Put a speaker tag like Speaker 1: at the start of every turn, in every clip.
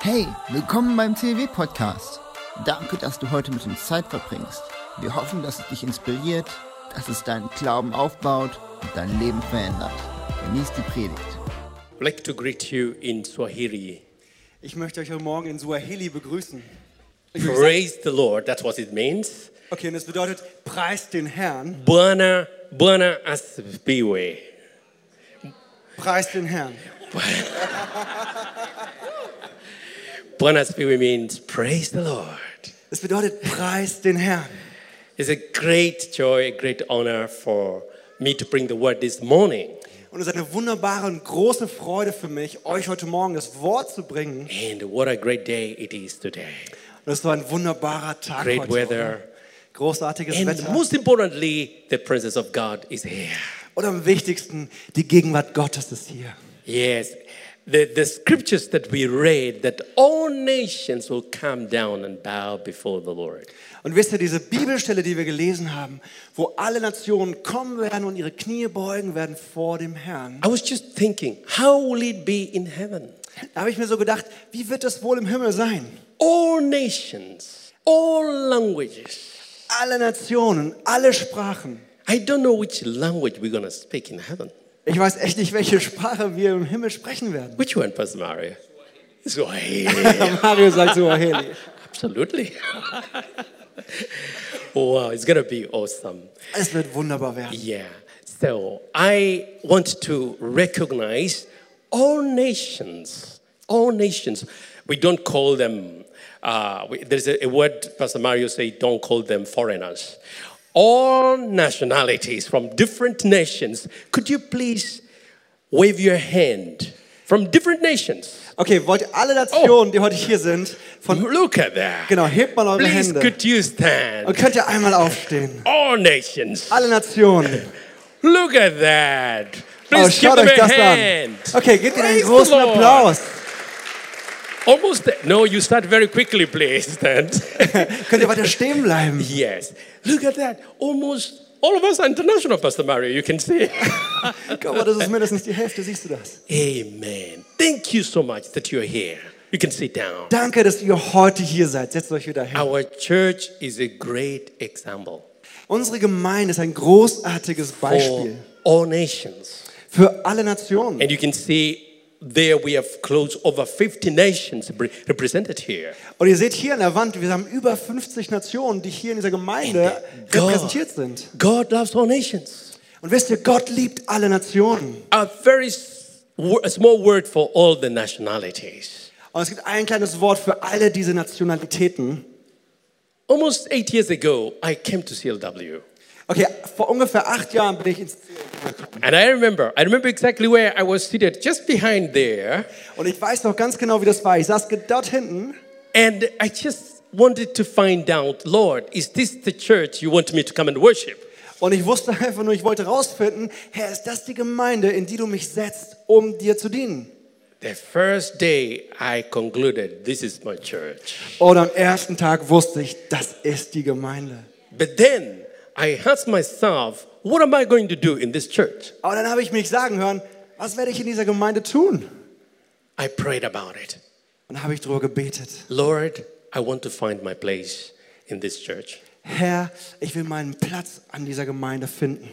Speaker 1: Hey, willkommen beim CW-Podcast. Danke, dass du heute mit uns Zeit verbringst. Wir hoffen, dass es dich inspiriert, dass es deinen Glauben aufbaut und dein Leben verändert. Genieß die Predigt.
Speaker 2: I'd like to greet you in Swahili.
Speaker 3: Ich möchte euch heute Morgen in Suaheli begrüßen.
Speaker 2: Praise the Lord. That's what it means.
Speaker 3: Okay, und das bedeutet, preist den Herrn,
Speaker 2: Bwana Bwana asifiwe.
Speaker 3: preist den Herrn.
Speaker 2: Bwana asifiwe means praise the Lord.
Speaker 3: Das bedeutet, preist den Herrn.
Speaker 2: It's a great joy, a great honor for me to bring the word this morning.
Speaker 3: Und es ist eine wunderbare und große Freude für mich, euch heute Morgen das Wort zu bringen.
Speaker 2: And what a great day it is today.
Speaker 3: Und es war ein wunderbarer Tag
Speaker 2: Great
Speaker 3: heute. Morgen.
Speaker 2: weather.
Speaker 3: Großartiges
Speaker 2: And
Speaker 3: Wetter.
Speaker 2: most importantly, the presence of God is here.
Speaker 3: Und am wichtigsten, die Gegenwart Gottes ist hier.
Speaker 2: Yes. The, the scriptures that we read that all nations will come down and bow before the Lord.
Speaker 3: Und wisst ihr, diese Bibelstelle, die wir gelesen haben, wo alle Nationen kommen werden und ihre Knie beugen werden vor dem Herrn,
Speaker 2: I was just thinking, how will it be in heaven?
Speaker 3: da habe ich mir so gedacht, wie wird das wohl im Himmel sein?
Speaker 2: All nations, all languages.
Speaker 3: alle Nationen, alle Sprachen.
Speaker 2: I don't know which language we're going to speak in heaven.
Speaker 3: Ich weiß echt nicht, welche Sprache wir im Himmel sprechen werden.
Speaker 2: Which one, Pastor Mario? Swahili.
Speaker 3: Mario sagt Suaheli.
Speaker 2: Absolutely. wow, it's going to be awesome.
Speaker 3: Es wird wunderbar werden.
Speaker 2: Yeah. So I want to recognize all nations, all nations. We don't call them, uh, we, there's a, a word Pastor Mario said, don't call them foreigners. All nationalities from different nations. Could you please wave your hand from different nations?
Speaker 3: Okay, wollt ihr alle Nationen, die heute hier sind, von
Speaker 2: Look at that.
Speaker 3: genau, hebt mal eure
Speaker 2: Please,
Speaker 3: Hände.
Speaker 2: could you stand?
Speaker 3: Und könnt ihr einmal aufstehen.
Speaker 2: All nations.
Speaker 3: Alle Nationen.
Speaker 2: Look at that.
Speaker 3: Oh,
Speaker 2: Please give
Speaker 3: schaut
Speaker 2: them
Speaker 3: euch
Speaker 2: a
Speaker 3: das an.
Speaker 2: hand.
Speaker 3: Okay, gebt ihnen einen
Speaker 2: Praise the
Speaker 3: großen
Speaker 2: Lord.
Speaker 3: Applaus.
Speaker 2: Almost there. No, you start very quickly, please. Then.
Speaker 3: Könnt ihr weiter stehen bleiben?
Speaker 2: yes. Look at that. Almost all of us are international, Pastor Mario. You can see.
Speaker 3: Guck mal, das ist mindestens die Hälfte, siehst du das?
Speaker 2: Amen. Thank you so much that you're here. You can sit down.
Speaker 3: Danke, dass ihr heute hier seid. Setzt euch wieder hin.
Speaker 2: Our church is a great example
Speaker 3: Unsere Gemeinde ist ein großartiges
Speaker 2: for
Speaker 3: Beispiel
Speaker 2: all nations.
Speaker 3: für alle Nationen.
Speaker 2: And you can see there we have close over 50 nations re- represented here.
Speaker 3: Und ihr seht hier an der Wand, wir haben über 50 Nationen, die hier in dieser Gemeinde
Speaker 2: God-
Speaker 3: repräsentiert sind.
Speaker 2: God loves all nations.
Speaker 3: Und wisst ihr, Gott liebt alle Nationen.
Speaker 2: a very s- wo- a small word for all the nationalities.
Speaker 3: Und es gibt ein kleines Wort für alle diese Nationalitäten.
Speaker 2: Almost eight years ago, I came to CLW.
Speaker 3: Okay, vor ungefähr acht Jahren bin ich ins
Speaker 2: And I remember, I remember exactly where I was seated, just behind there.
Speaker 3: und ich weiß noch ganz genau, wie das war. Ich saß ge- dort hinten
Speaker 2: And I just wanted to find out, Lord, is this the church you want me to come and worship?
Speaker 3: und ich wusste einfach nur, ich wollte rausfinden, Herr, ist das die Gemeinde, in die du mich setzt, um dir zu dienen?
Speaker 2: The first day I concluded, this is my church.
Speaker 3: Und am ersten Tag wusste ich, das ist die Gemeinde.
Speaker 2: But then I asked myself, what am I going to do in this church?
Speaker 3: Aber dann habe ich mich sagen hören, was werde ich in dieser Gemeinde tun?
Speaker 2: I prayed about it.
Speaker 3: Und da habe ich drüber gebetet.
Speaker 2: Lord, I want to find my place in this church.
Speaker 3: Herr, ich will meinen Platz an dieser Gemeinde finden.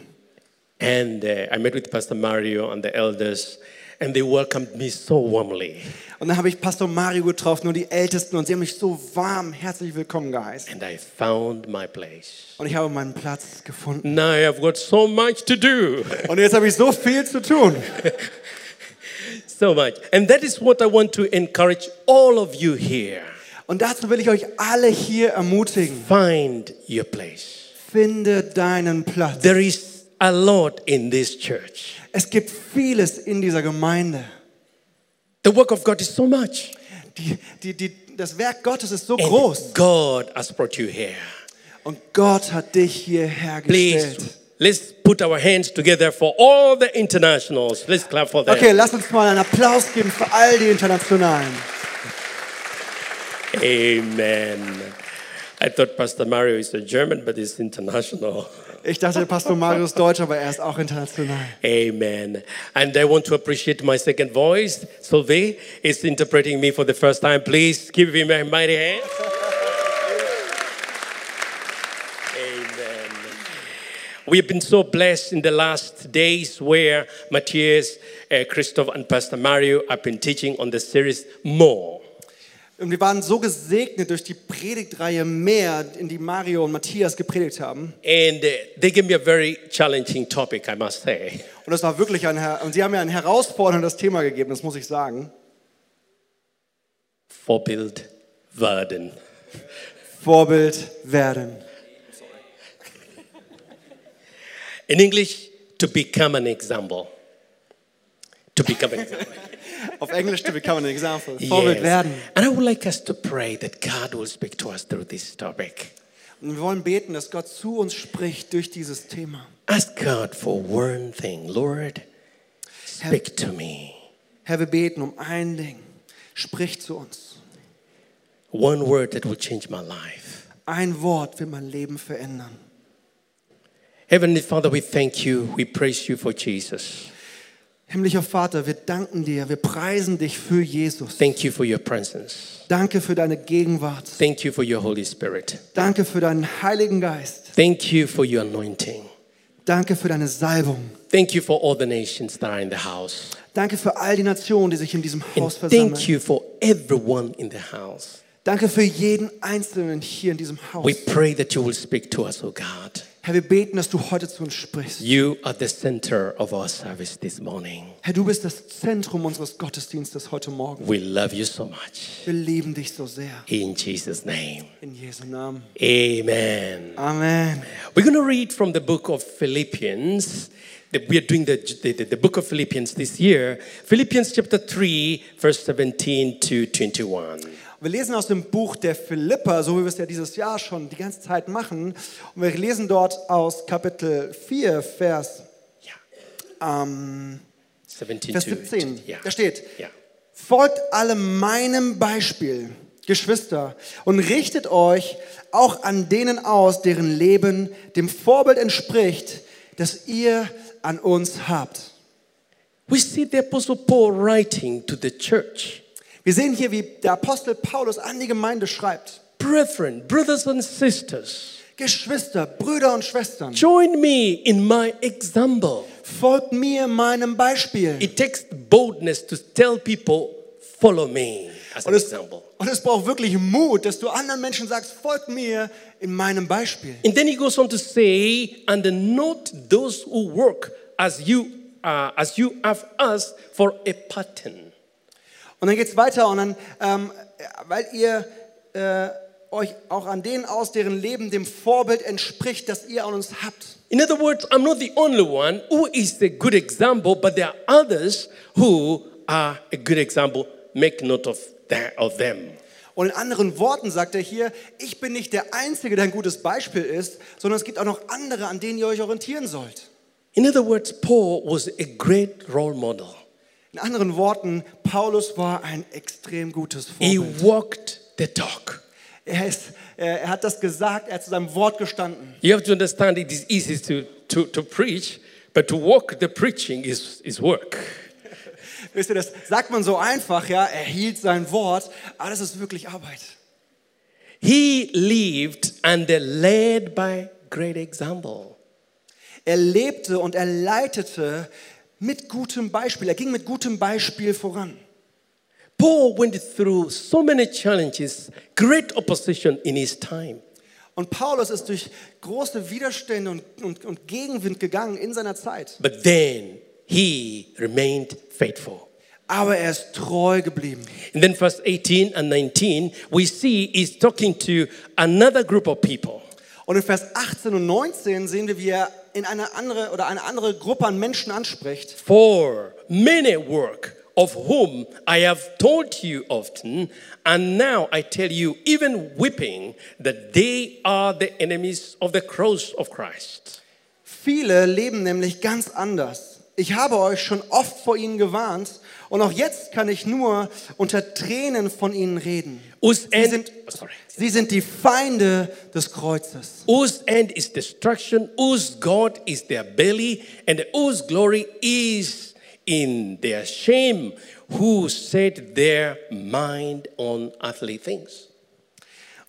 Speaker 2: And uh, I met with Pastor Mario and the elders, and they welcomed me so warmly.
Speaker 3: Und dann habe ich Pastor Mario getroffen und die Ältesten und sie haben mich so warm herzlich willkommen geheißen.
Speaker 2: And I found my place.
Speaker 3: Und ich habe meinen Platz gefunden.
Speaker 2: Now I have got so much to do,
Speaker 3: Und jetzt habe ich so viel zu tun.
Speaker 2: so much. And that is what I want to encourage all of you here.
Speaker 3: Und dazu will ich euch alle hier ermutigen.
Speaker 2: Find your place.
Speaker 3: Finde deinen Platz.
Speaker 2: There is a lot in this church.
Speaker 3: Es gibt vieles in dieser Gemeinde.
Speaker 2: The work of God is so much.
Speaker 3: Die, die, die, das Werk Gottes ist so
Speaker 2: And
Speaker 3: groß.
Speaker 2: God has brought you here.
Speaker 3: Und Gott hat dich hierher gestellt.
Speaker 2: Please, let's put our hands together for all the internationals. Let's clap for them.
Speaker 3: Okay, lasst uns mal einen Applaus geben für all die Internationalen.
Speaker 2: Amen. I thought Pastor Mario is a German, but he's international.
Speaker 3: Ich dachte, Pastor Mario ist deutsch, aber er ist auch international.
Speaker 2: Amen. And I want to appreciate my second voice. Solveig is interpreting me for the first time. Please give him a mighty hand. Amen. We've been so blessed in the last days where Matthias, uh, Christoph, and Pastor Mario have been teaching on the series More.
Speaker 3: Und wir waren so gesegnet durch die Predigtreihe mehr, in die Mario und Matthias gepredigt haben.
Speaker 2: And uh, they gave me a very challenging topic, I must say.
Speaker 3: Und das war wirklich ein, her- und sie haben mir ein herausforderndes Thema gegeben, das muss ich sagen.
Speaker 2: Vorbild werden.
Speaker 3: Vorbild werden.
Speaker 2: In English, to become an example. To become an example.
Speaker 3: Auf Englisch to become an example.
Speaker 2: Yes.
Speaker 3: Vorbild werden.
Speaker 2: And I would like us to pray that God will speak to us through this topic.
Speaker 3: Und wir wollen beten, dass Gott zu uns spricht durch dieses Thema.
Speaker 2: Ask God for one thing Lord, speak to me.
Speaker 3: Herr, wir beten um ein Ding. Sprich zu uns.
Speaker 2: One word that will change my life.
Speaker 3: Ein Wort wird mein Leben verändern.
Speaker 2: Heavenly Father, we thank you. We praise you for Jesus.
Speaker 3: Himmlischer Vater, wir danken dir, wir preisen dich für Jesus.
Speaker 2: Thank you for your presence.
Speaker 3: Danke für deine Gegenwart.
Speaker 2: Thank you for your Holy Spirit.
Speaker 3: Danke für deinen Heiligen Geist.
Speaker 2: Thank you for your anointing.
Speaker 3: Danke für deine Salbung.
Speaker 2: Thank you for all the nations that are in the house.
Speaker 3: Danke für all die Nationen, die sich in diesem
Speaker 2: And
Speaker 3: Haus
Speaker 2: thank
Speaker 3: versammeln.
Speaker 2: you for everyone in the house.
Speaker 3: Danke für jeden Einzelnen hier in diesem Haus.
Speaker 2: We pray that you will speak to us, O God.
Speaker 3: Herr, wir beten, dass du heute zu uns sprichst.
Speaker 2: You are the center of our service this morning.
Speaker 3: Herr, du bist das Zentrum unseres Gottesdienstes heute Morgen.
Speaker 2: We love you so much.
Speaker 3: Wir lieben dich so sehr.
Speaker 2: In Jesus' name.
Speaker 3: In Jesu Namen.
Speaker 2: Amen.
Speaker 3: Amen.
Speaker 2: We're going to read from the book of Philippians. The- We are doing the, the, the- the book of Philippians this year. Philippians chapter 3, verse 17 to 21.
Speaker 3: Wir lesen aus dem Buch der Philippa, so wie wir es ja dieses Jahr schon die ganze Zeit machen. Und wir lesen dort aus Kapitel 4, Vers,
Speaker 2: Yeah.
Speaker 3: ähm,
Speaker 2: 17
Speaker 3: Vers
Speaker 2: to
Speaker 3: 17.
Speaker 2: Yeah.
Speaker 3: Da steht,
Speaker 2: Yeah.
Speaker 3: folgt alle meinem Beispiel, Geschwister, und richtet euch auch an denen aus, deren Leben dem Vorbild entspricht, das ihr an uns habt.
Speaker 2: We see the Apostle Paul writing to the church.
Speaker 3: Wir sehen hier, wie der Apostel Paulus an die Gemeinde schreibt.
Speaker 2: Brethren, brothers and sisters,
Speaker 3: Geschwister, Brüder und Schwestern,
Speaker 2: join me in my example.
Speaker 3: folgt mir meinem Beispiel.
Speaker 2: It takes boldness to tell people, follow me, as an
Speaker 3: Und es,
Speaker 2: example.
Speaker 3: und es braucht wirklich Mut, dass du anderen Menschen sagst, folgt mir in meinem Beispiel.
Speaker 2: And then he goes on to say, and note those who work as you are, as you have us for a pattern.
Speaker 3: Und dann geht es weiter und dann, ähm, weil ihr äh, euch auch an denen aus, deren Leben dem Vorbild entspricht, das ihr an uns habt.
Speaker 2: In other words, I'm not the only one who is a good example, but there are others who are a good example. Make note of that of them.
Speaker 3: Und in anderen Worten sagt er hier, ich bin nicht der Einzige, der ein gutes Beispiel ist, sondern es gibt auch noch andere, an denen ihr euch orientieren sollt.
Speaker 2: In other words, Paul was a great role model.
Speaker 3: In anderen Worten, Paulus war ein extrem gutes
Speaker 2: He
Speaker 3: Vorbild.
Speaker 2: walked the talk.
Speaker 3: Er, ist, äh, er er hat das gesagt, er hat zu seinem Wort gestanden.
Speaker 2: You have to understand it is easy to, to, to preach, but to walk the preaching is, is work.
Speaker 3: Wisst ihr, das sagt man so einfach, ja, er hielt sein Wort, aber das ist wirklich Arbeit.
Speaker 2: He lived and led by great example.
Speaker 3: Er lebte und er leitete mit gutem Beispiel, er ging mit gutem Beispiel voran.
Speaker 2: Paul went through so many challenges, great opposition in his time.
Speaker 3: Und Paulus ist durch große Widerstände und, und, und Gegenwind gegangen in seiner Zeit,
Speaker 2: But then he remained faithful.
Speaker 3: aber er ist treu geblieben.
Speaker 2: And then, verse 18 and 19, we see he's talking to another group of people.
Speaker 3: Und in Vers 18 und 19 sehen wir, wie er in eine andere oder eine andere Gruppe an Menschen anspricht.
Speaker 2: For many work, of whom I have told you often, and now I tell you, even weeping, that they are the enemies of the cross of Christ.
Speaker 3: Viele leben nämlich ganz anders. Ich habe euch schon oft vor ihnen gewarnt Und auch jetzt kann ich nur unter Tränen von ihnen reden.
Speaker 2: whose
Speaker 3: Sie
Speaker 2: end, oh,
Speaker 3: sind,
Speaker 2: sorry,
Speaker 3: sie sind die Feinde des Kreuzes.
Speaker 2: whose end is destruction, whose God is their belly, and whose glory is in their shame, who set their mind on earthly things.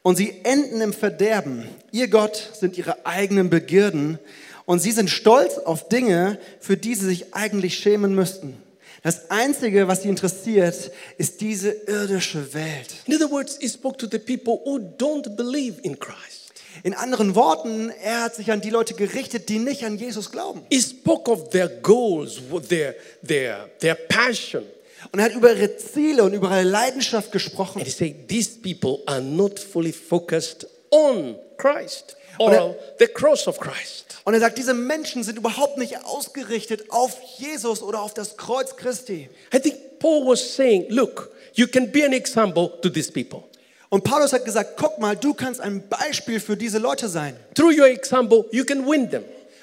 Speaker 3: Und sie enden im Verderben. Ihr Gott sind ihre eigenen Begierden. Und sie sind stolz auf Dinge, für die sie sich eigentlich schämen müssten. Das Einzige, was sie interessiert, ist diese irdische Welt.
Speaker 2: In other words, he spoke to the people who don't believe in Christ.
Speaker 3: In anderen Worten, er hat sich an die Leute gerichtet, die nicht an Jesus glauben.
Speaker 2: He spoke of their goals, what their, their, their passion.
Speaker 3: Und er hat über ihre Ziele und über ihre Leidenschaft gesprochen.
Speaker 2: And he said, These people are not fully focused on Christ or
Speaker 3: Oder-
Speaker 2: the cross of Christ.
Speaker 3: Und er sagt, diese Menschen sind überhaupt nicht ausgerichtet auf Jesus oder auf das Kreuz Christi.
Speaker 2: I think Paul was saying, Look, you can be an example to these people.
Speaker 3: Und Paulus hat gesagt, guck mal, du kannst ein Beispiel für diese Leute sein.
Speaker 2: Through your example, you can win them.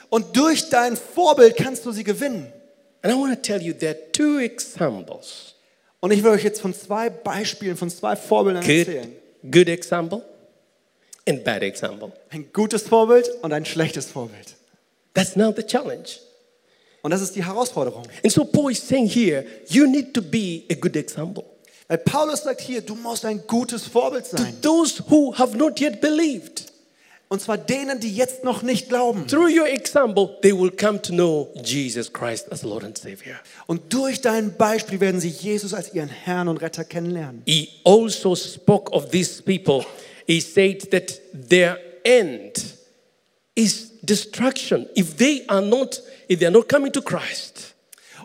Speaker 3: Und durch dein Vorbild kannst du sie gewinnen.
Speaker 2: And I want to tell you, there are two examples
Speaker 3: Und ich will euch jetzt von zwei Beispielen, von zwei Vorbildern
Speaker 2: good,
Speaker 3: erzählen.
Speaker 2: good example and bad example.
Speaker 3: Ein gutes Vorbild und ein schlechtes Vorbild.
Speaker 2: That's now the challenge.
Speaker 3: Und das ist die Herausforderung.
Speaker 2: And so Paul is saying here, you need to be a good example.
Speaker 3: Weil Paulus sagt hier, du musst ein gutes Vorbild sein.
Speaker 2: Those who have not yet believed,
Speaker 3: Und zwar denen, die jetzt noch nicht glauben.
Speaker 2: through your example, they will come to know Jesus Christ as Lord and Savior.
Speaker 3: Und durch dein Beispiel werden sie Jesus als ihren Herrn und Retter kennenlernen.
Speaker 2: He also spoke of these people. He said that their end is destruction if they are not if they are not coming to Christ.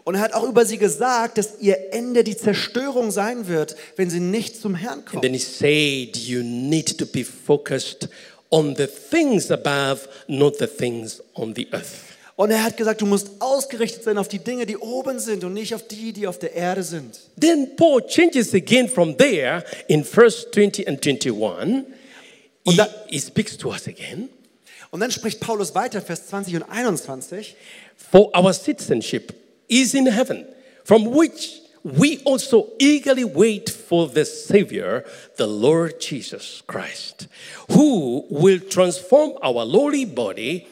Speaker 3: Und er hat auch über sie gesagt, dass ihr Ende die Zerstörung sein wird, wenn sie nicht zum Herrn
Speaker 2: And then
Speaker 3: kommen.
Speaker 2: he said you need to be focused on the things above, not the things on the earth.
Speaker 3: Und er hat gesagt, du musst ausgerichtet sein auf die Dinge, die oben sind und nicht auf die, die auf der Erde sind.
Speaker 2: Then Paul changes again from there in verse 20 and 21. He,
Speaker 3: that-
Speaker 2: he speaks to us again.
Speaker 3: Und dann spricht Paulus weiter, Vers 20 und 21.
Speaker 2: For our citizenship is in heaven, from which we also eagerly wait for the Savior, the Lord Jesus Christ, who will transform our lowly body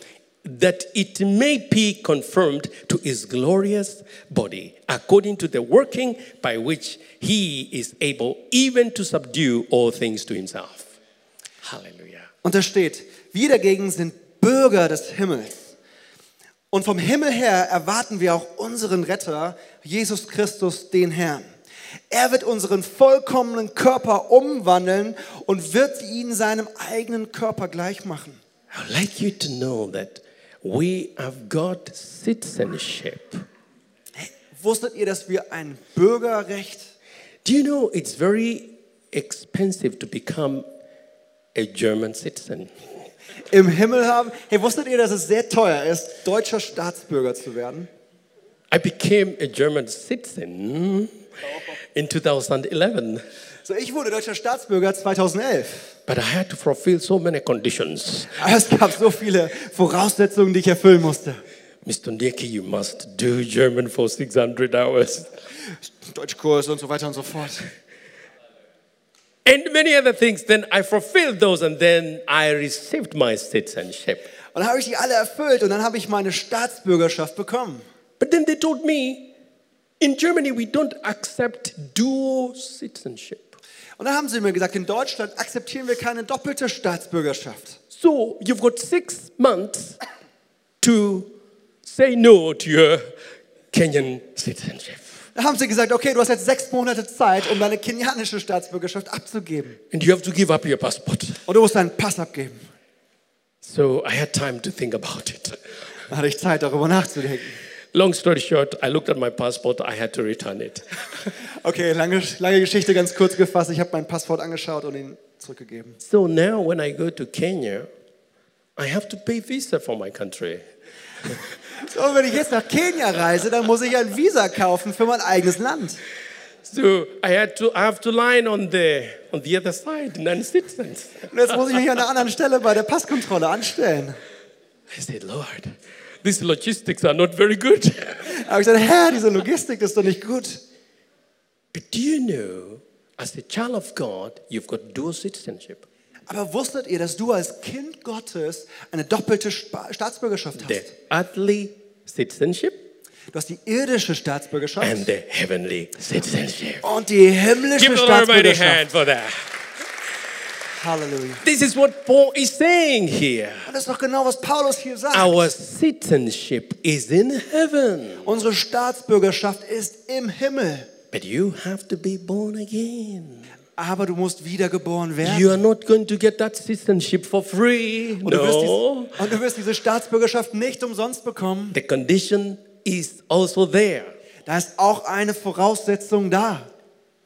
Speaker 2: that it may be confirmed to his glorious body, according to the working by which he is able even to subdue all things to himself. Hallelujah.
Speaker 3: Und da steht, wir dagegen sind Bürger des Himmels. Und vom Himmel her erwarten wir auch unseren Retter, Jesus Christus, den Herrn. Er wird unseren vollkommenen Körper umwandeln und wird ihn seinem eigenen Körper gleich machen.
Speaker 2: I'd like you to know that we have got citizenship.
Speaker 3: Wusstet ihr, dass wir ein Bürgerrecht?
Speaker 2: Do you know it's very expensive to become a German citizen?
Speaker 3: im Himmel haben? Hey, wusstet ihr, dass es sehr teuer ist, deutscher Staatsbürger zu werden?
Speaker 2: I became a German citizen in 2011,
Speaker 3: So, ich wurde deutscher Staatsbürger 2011.
Speaker 2: but I had to fulfill so many conditions.
Speaker 3: Aber es gab so viele Voraussetzungen, die ich erfüllen musste.
Speaker 2: Mr. Nicky, you must do German for 600 hours
Speaker 3: Deutschkurs und so weiter und so fort.
Speaker 2: and many other things. Then I fulfilled those and then I received my citizenship.
Speaker 3: Und dann habe ich die alle erfüllt und dann habe ich meine Staatsbürgerschaft bekommen.
Speaker 2: But then they told me in Germany we don't accept dual citizenship.
Speaker 3: Und dann haben sie mir gesagt, in Deutschland akzeptieren wir keine doppelte Staatsbürgerschaft.
Speaker 2: So you've got six months to say no to your Kenyan citizenship.
Speaker 3: Da haben sie gesagt, okay, du hast jetzt sechs Monate Zeit, um deine kenianische Staatsbürgerschaft abzugeben.
Speaker 2: And you have to give up your passport.
Speaker 3: Und du musst deinen Pass abgeben.
Speaker 2: So I had time to think about it.
Speaker 3: Da hatte ich Zeit, darüber nachzudenken.
Speaker 2: Long story short, I looked at my passport, I had to return it.
Speaker 3: Okay, lange, lange Geschichte, ganz kurz gefasst. Ich habe meinen Passwort angeschaut und ihn zurückgegeben.
Speaker 2: So now when I go to Kenya, I have to pay visa for my country.
Speaker 3: So, und wenn ich jetzt nach Kenia reise, dann muss ich ein Visa kaufen für mein eigenes Land.
Speaker 2: So I had to I have to line on the on the other side, non-citizens.
Speaker 3: Und jetzt muss ich mich an einer anderen Stelle bei der Passkontrolle anstellen.
Speaker 2: I said, Lord, these logistics are not very good.
Speaker 3: Da habe ich gesagt, Herr, diese Logistik ist doch nicht gut.
Speaker 2: But do you know, as a child of God, you've got dual citizenship?
Speaker 3: Aber wusstet ihr, dass du als Kind Gottes eine doppelte Spa- Staatsbürgerschaft
Speaker 2: The
Speaker 3: hast?
Speaker 2: earthly citizenship
Speaker 3: Du hast die irdische
Speaker 2: and
Speaker 3: Staatsbürgerschaft
Speaker 2: the heavenly citizenship.
Speaker 3: und die
Speaker 2: Give the
Speaker 3: himmlische
Speaker 2: Lord a mighty
Speaker 3: Staatsbürgerschaft.
Speaker 2: hand for that.
Speaker 3: Halleluja.
Speaker 2: This is what Paul is saying here.
Speaker 3: Und das ist doch genau, was Paulus hier sagt.
Speaker 2: Our citizenship is in heaven,
Speaker 3: Unsere Staatsbürgerschaft ist im Himmel.
Speaker 2: but you have to be born again.
Speaker 3: Aber du musst wiedergeboren werden.
Speaker 2: You are not going to get that citizenship for free.
Speaker 3: Und du, wirst
Speaker 2: No.
Speaker 3: dies, und du wirst diese Staatsbürgerschaft nicht umsonst bekommen.
Speaker 2: The condition is also there.
Speaker 3: Da ist auch eine Voraussetzung da.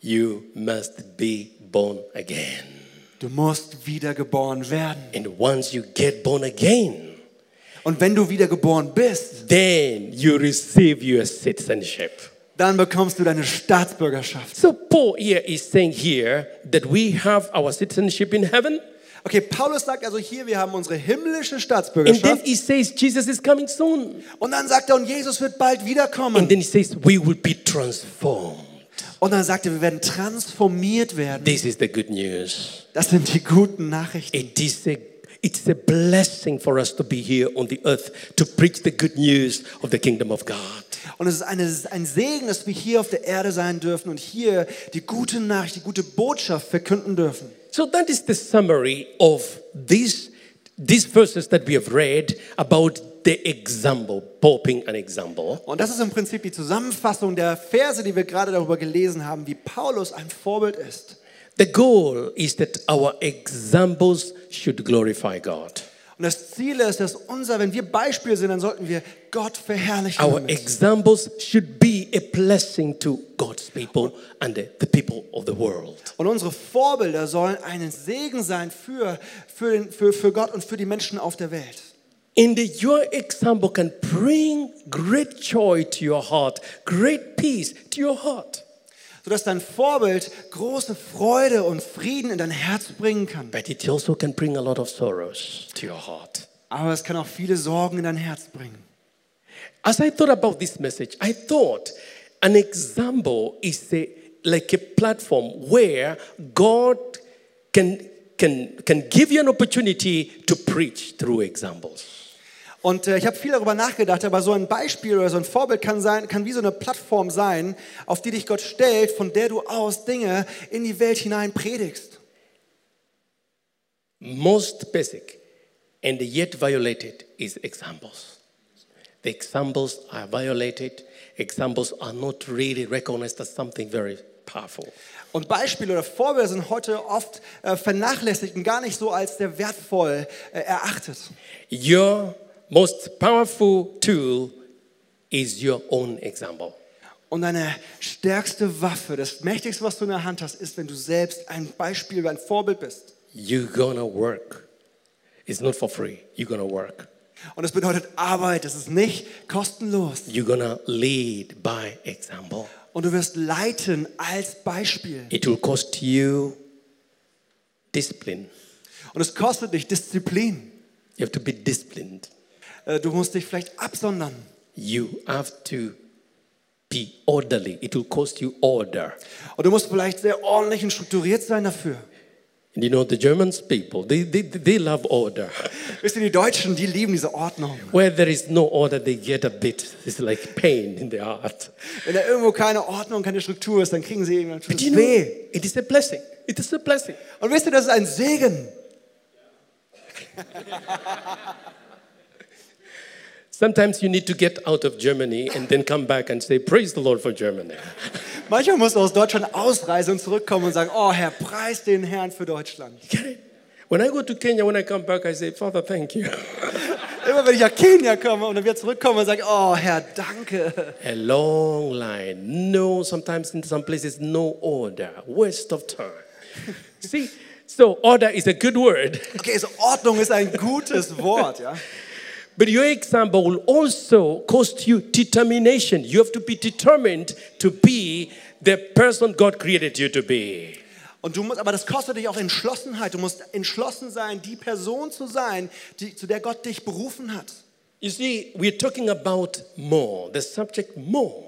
Speaker 2: You must be born again.
Speaker 3: Du musst wiedergeboren werden.
Speaker 2: And once you get born again,
Speaker 3: Und wenn du wiedergeboren bist,
Speaker 2: then you receive your citizenship.
Speaker 3: dann bekommst du deine Staatsbürgerschaft.
Speaker 2: So Paul here is saying here that we have our citizenship in heaven.
Speaker 3: Okay, Paulus sagt also hier, wir haben unsere himmlische
Speaker 2: And then
Speaker 3: Staatsbürgerschaft.
Speaker 2: he says Jesus is coming soon.
Speaker 3: Und dann sagt er, und Jesus wird bald
Speaker 2: And
Speaker 3: wiederkommen.
Speaker 2: then he says we will be transformed.
Speaker 3: Und dann sagt er, wir werden transformiert werden.
Speaker 2: This is the good news.
Speaker 3: Das sind die guten Nachrichten.
Speaker 2: It is a it's a blessing for us to be here on the earth to preach the good news of the kingdom of God.
Speaker 3: Und es ist eine, ein Segen, dass wir hier auf der Erde sein dürfen und hier die gute Nachricht, die gute Botschaft verkünden dürfen.
Speaker 2: So that is the summary of these these verses that we have read about the example, popping an example.
Speaker 3: Und das ist im Prinzip die Zusammenfassung der Verse, die wir gerade darüber gelesen haben, wie Paulus ein Vorbild ist.
Speaker 2: The goal is that our examples should glorify God.
Speaker 3: Und das Ziel ist, dass unser, wenn wir Beispiel sind, dann sollten wir Gott verherrlichen.
Speaker 2: Our
Speaker 3: damit.
Speaker 2: examples should be a blessing to God's people and the, the people of the world.
Speaker 3: Und unsere Vorbilder sollen ein Segen sein für, für, den, für, für Gott und für die Menschen auf der Welt.
Speaker 2: And your example can bring great joy to your heart, great peace to your heart.
Speaker 3: Sodass dein Vorbild große Freude und Frieden in dein Herz bringen kann.
Speaker 2: But it also can bring a lot of sorrows to your heart.
Speaker 3: Aber es kann auch viele Sorgen in dein Herz bringen.
Speaker 2: As I thought about this message, I thought an example is a, like a platform where God can, can, can give you an opportunity to preach through examples.
Speaker 3: Und äh, ich habe viel darüber nachgedacht, aber so ein Beispiel oder so ein Vorbild kann sein, kann wie so eine Plattform sein, auf die dich Gott stellt, von der du aus Dinge in die Welt hinein predigst.
Speaker 2: most basic and yet violated is examples. The examples are violated. Examples are not really recognized as something very powerful.
Speaker 3: Und Beispiele oder Vorbilder sind heute oft äh, vernachlässigt und gar nicht so als sehr wertvoll äh, erachtet.
Speaker 2: Your most powerful tool is your own example.
Speaker 3: Und deine stärkste Waffe, das mächtigste, was du in der Hand hast, ist, wenn du selbst ein Beispiel oder ein Vorbild bist.
Speaker 2: You're gonna work. It's not for free. You're gonna work.
Speaker 3: Und das bedeutet Arbeit, das ist nicht kostenlos.
Speaker 2: You're gonna lead by example.
Speaker 3: Und du wirst leiten als Beispiel.
Speaker 2: It will cost you discipline.
Speaker 3: Und es kostet dich Disziplin.
Speaker 2: You have to be disciplined.
Speaker 3: Äh, Du musst dich vielleicht absondern.
Speaker 2: You have to be orderly. It will cost you order.
Speaker 3: Und du musst vielleicht sehr ordentlich und strukturiert sein dafür.
Speaker 2: And you know, the Germans people, they, they, they love order.
Speaker 3: Wisst ihr, die Deutschen, die lieben diese Ordnung.
Speaker 2: Where there is no order, they get a bit, it's like pain in their heart.
Speaker 3: Wenn da irgendwo keine Ordnung, keine Struktur ist, dann kriegen sie irgendwann
Speaker 2: But you
Speaker 3: tut
Speaker 2: know,
Speaker 3: es weh.
Speaker 2: it is a blessing. It is a blessing.
Speaker 3: Und wisst ihr, das ist ein Segen.
Speaker 2: Sometimes you need to get out of Germany and then come back and say, Praise the Lord for Germany.
Speaker 3: Manchmal musst du aus Deutschland ausreisen und zurückkommen und sagen, oh Herr, preis den Herrn für Deutschland.
Speaker 2: Get it? When I go to Kenya, when I come back, I say, Father, thank you.
Speaker 3: Immer wenn ich nach Kenia komme und dann wieder zurückkomme und sage, oh Herr, danke.
Speaker 2: a long line. No, sometimes in some places, no order. Waste of time. See, so order is a good word,
Speaker 3: Okay, so Ordnung ist ein gutes Wort, ja.
Speaker 2: but your example will also cost you determination. You have to be determined to be the person God created you to be.
Speaker 3: Und du musst, aber das kostet dich auch Entschlossenheit. Du musst entschlossen sein, die Person zu sein, die, zu der Gott dich berufen hat.
Speaker 2: You see, we're talking about more, the subject more.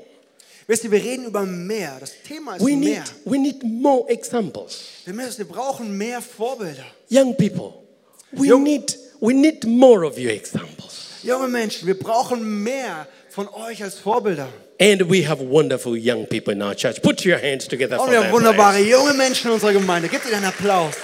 Speaker 3: Wisst ihr, wir reden über mehr. Das Thema ist
Speaker 2: We
Speaker 3: mehr.
Speaker 2: need, we need more examples.
Speaker 3: Wir, müssen, wir brauchen mehr Vorbilder.
Speaker 2: Young people, we
Speaker 3: Young-
Speaker 2: need, we need more of your examples.
Speaker 3: Junge Menschen, wir brauchen mehr von euch als Vorbilder.
Speaker 2: And we have wonderful young people in our church. Put your hands together for
Speaker 3: Und wir haben
Speaker 2: them,
Speaker 3: wunderbare junge Menschen in unserer Gemeinde. Gebt ihr einen Applaus.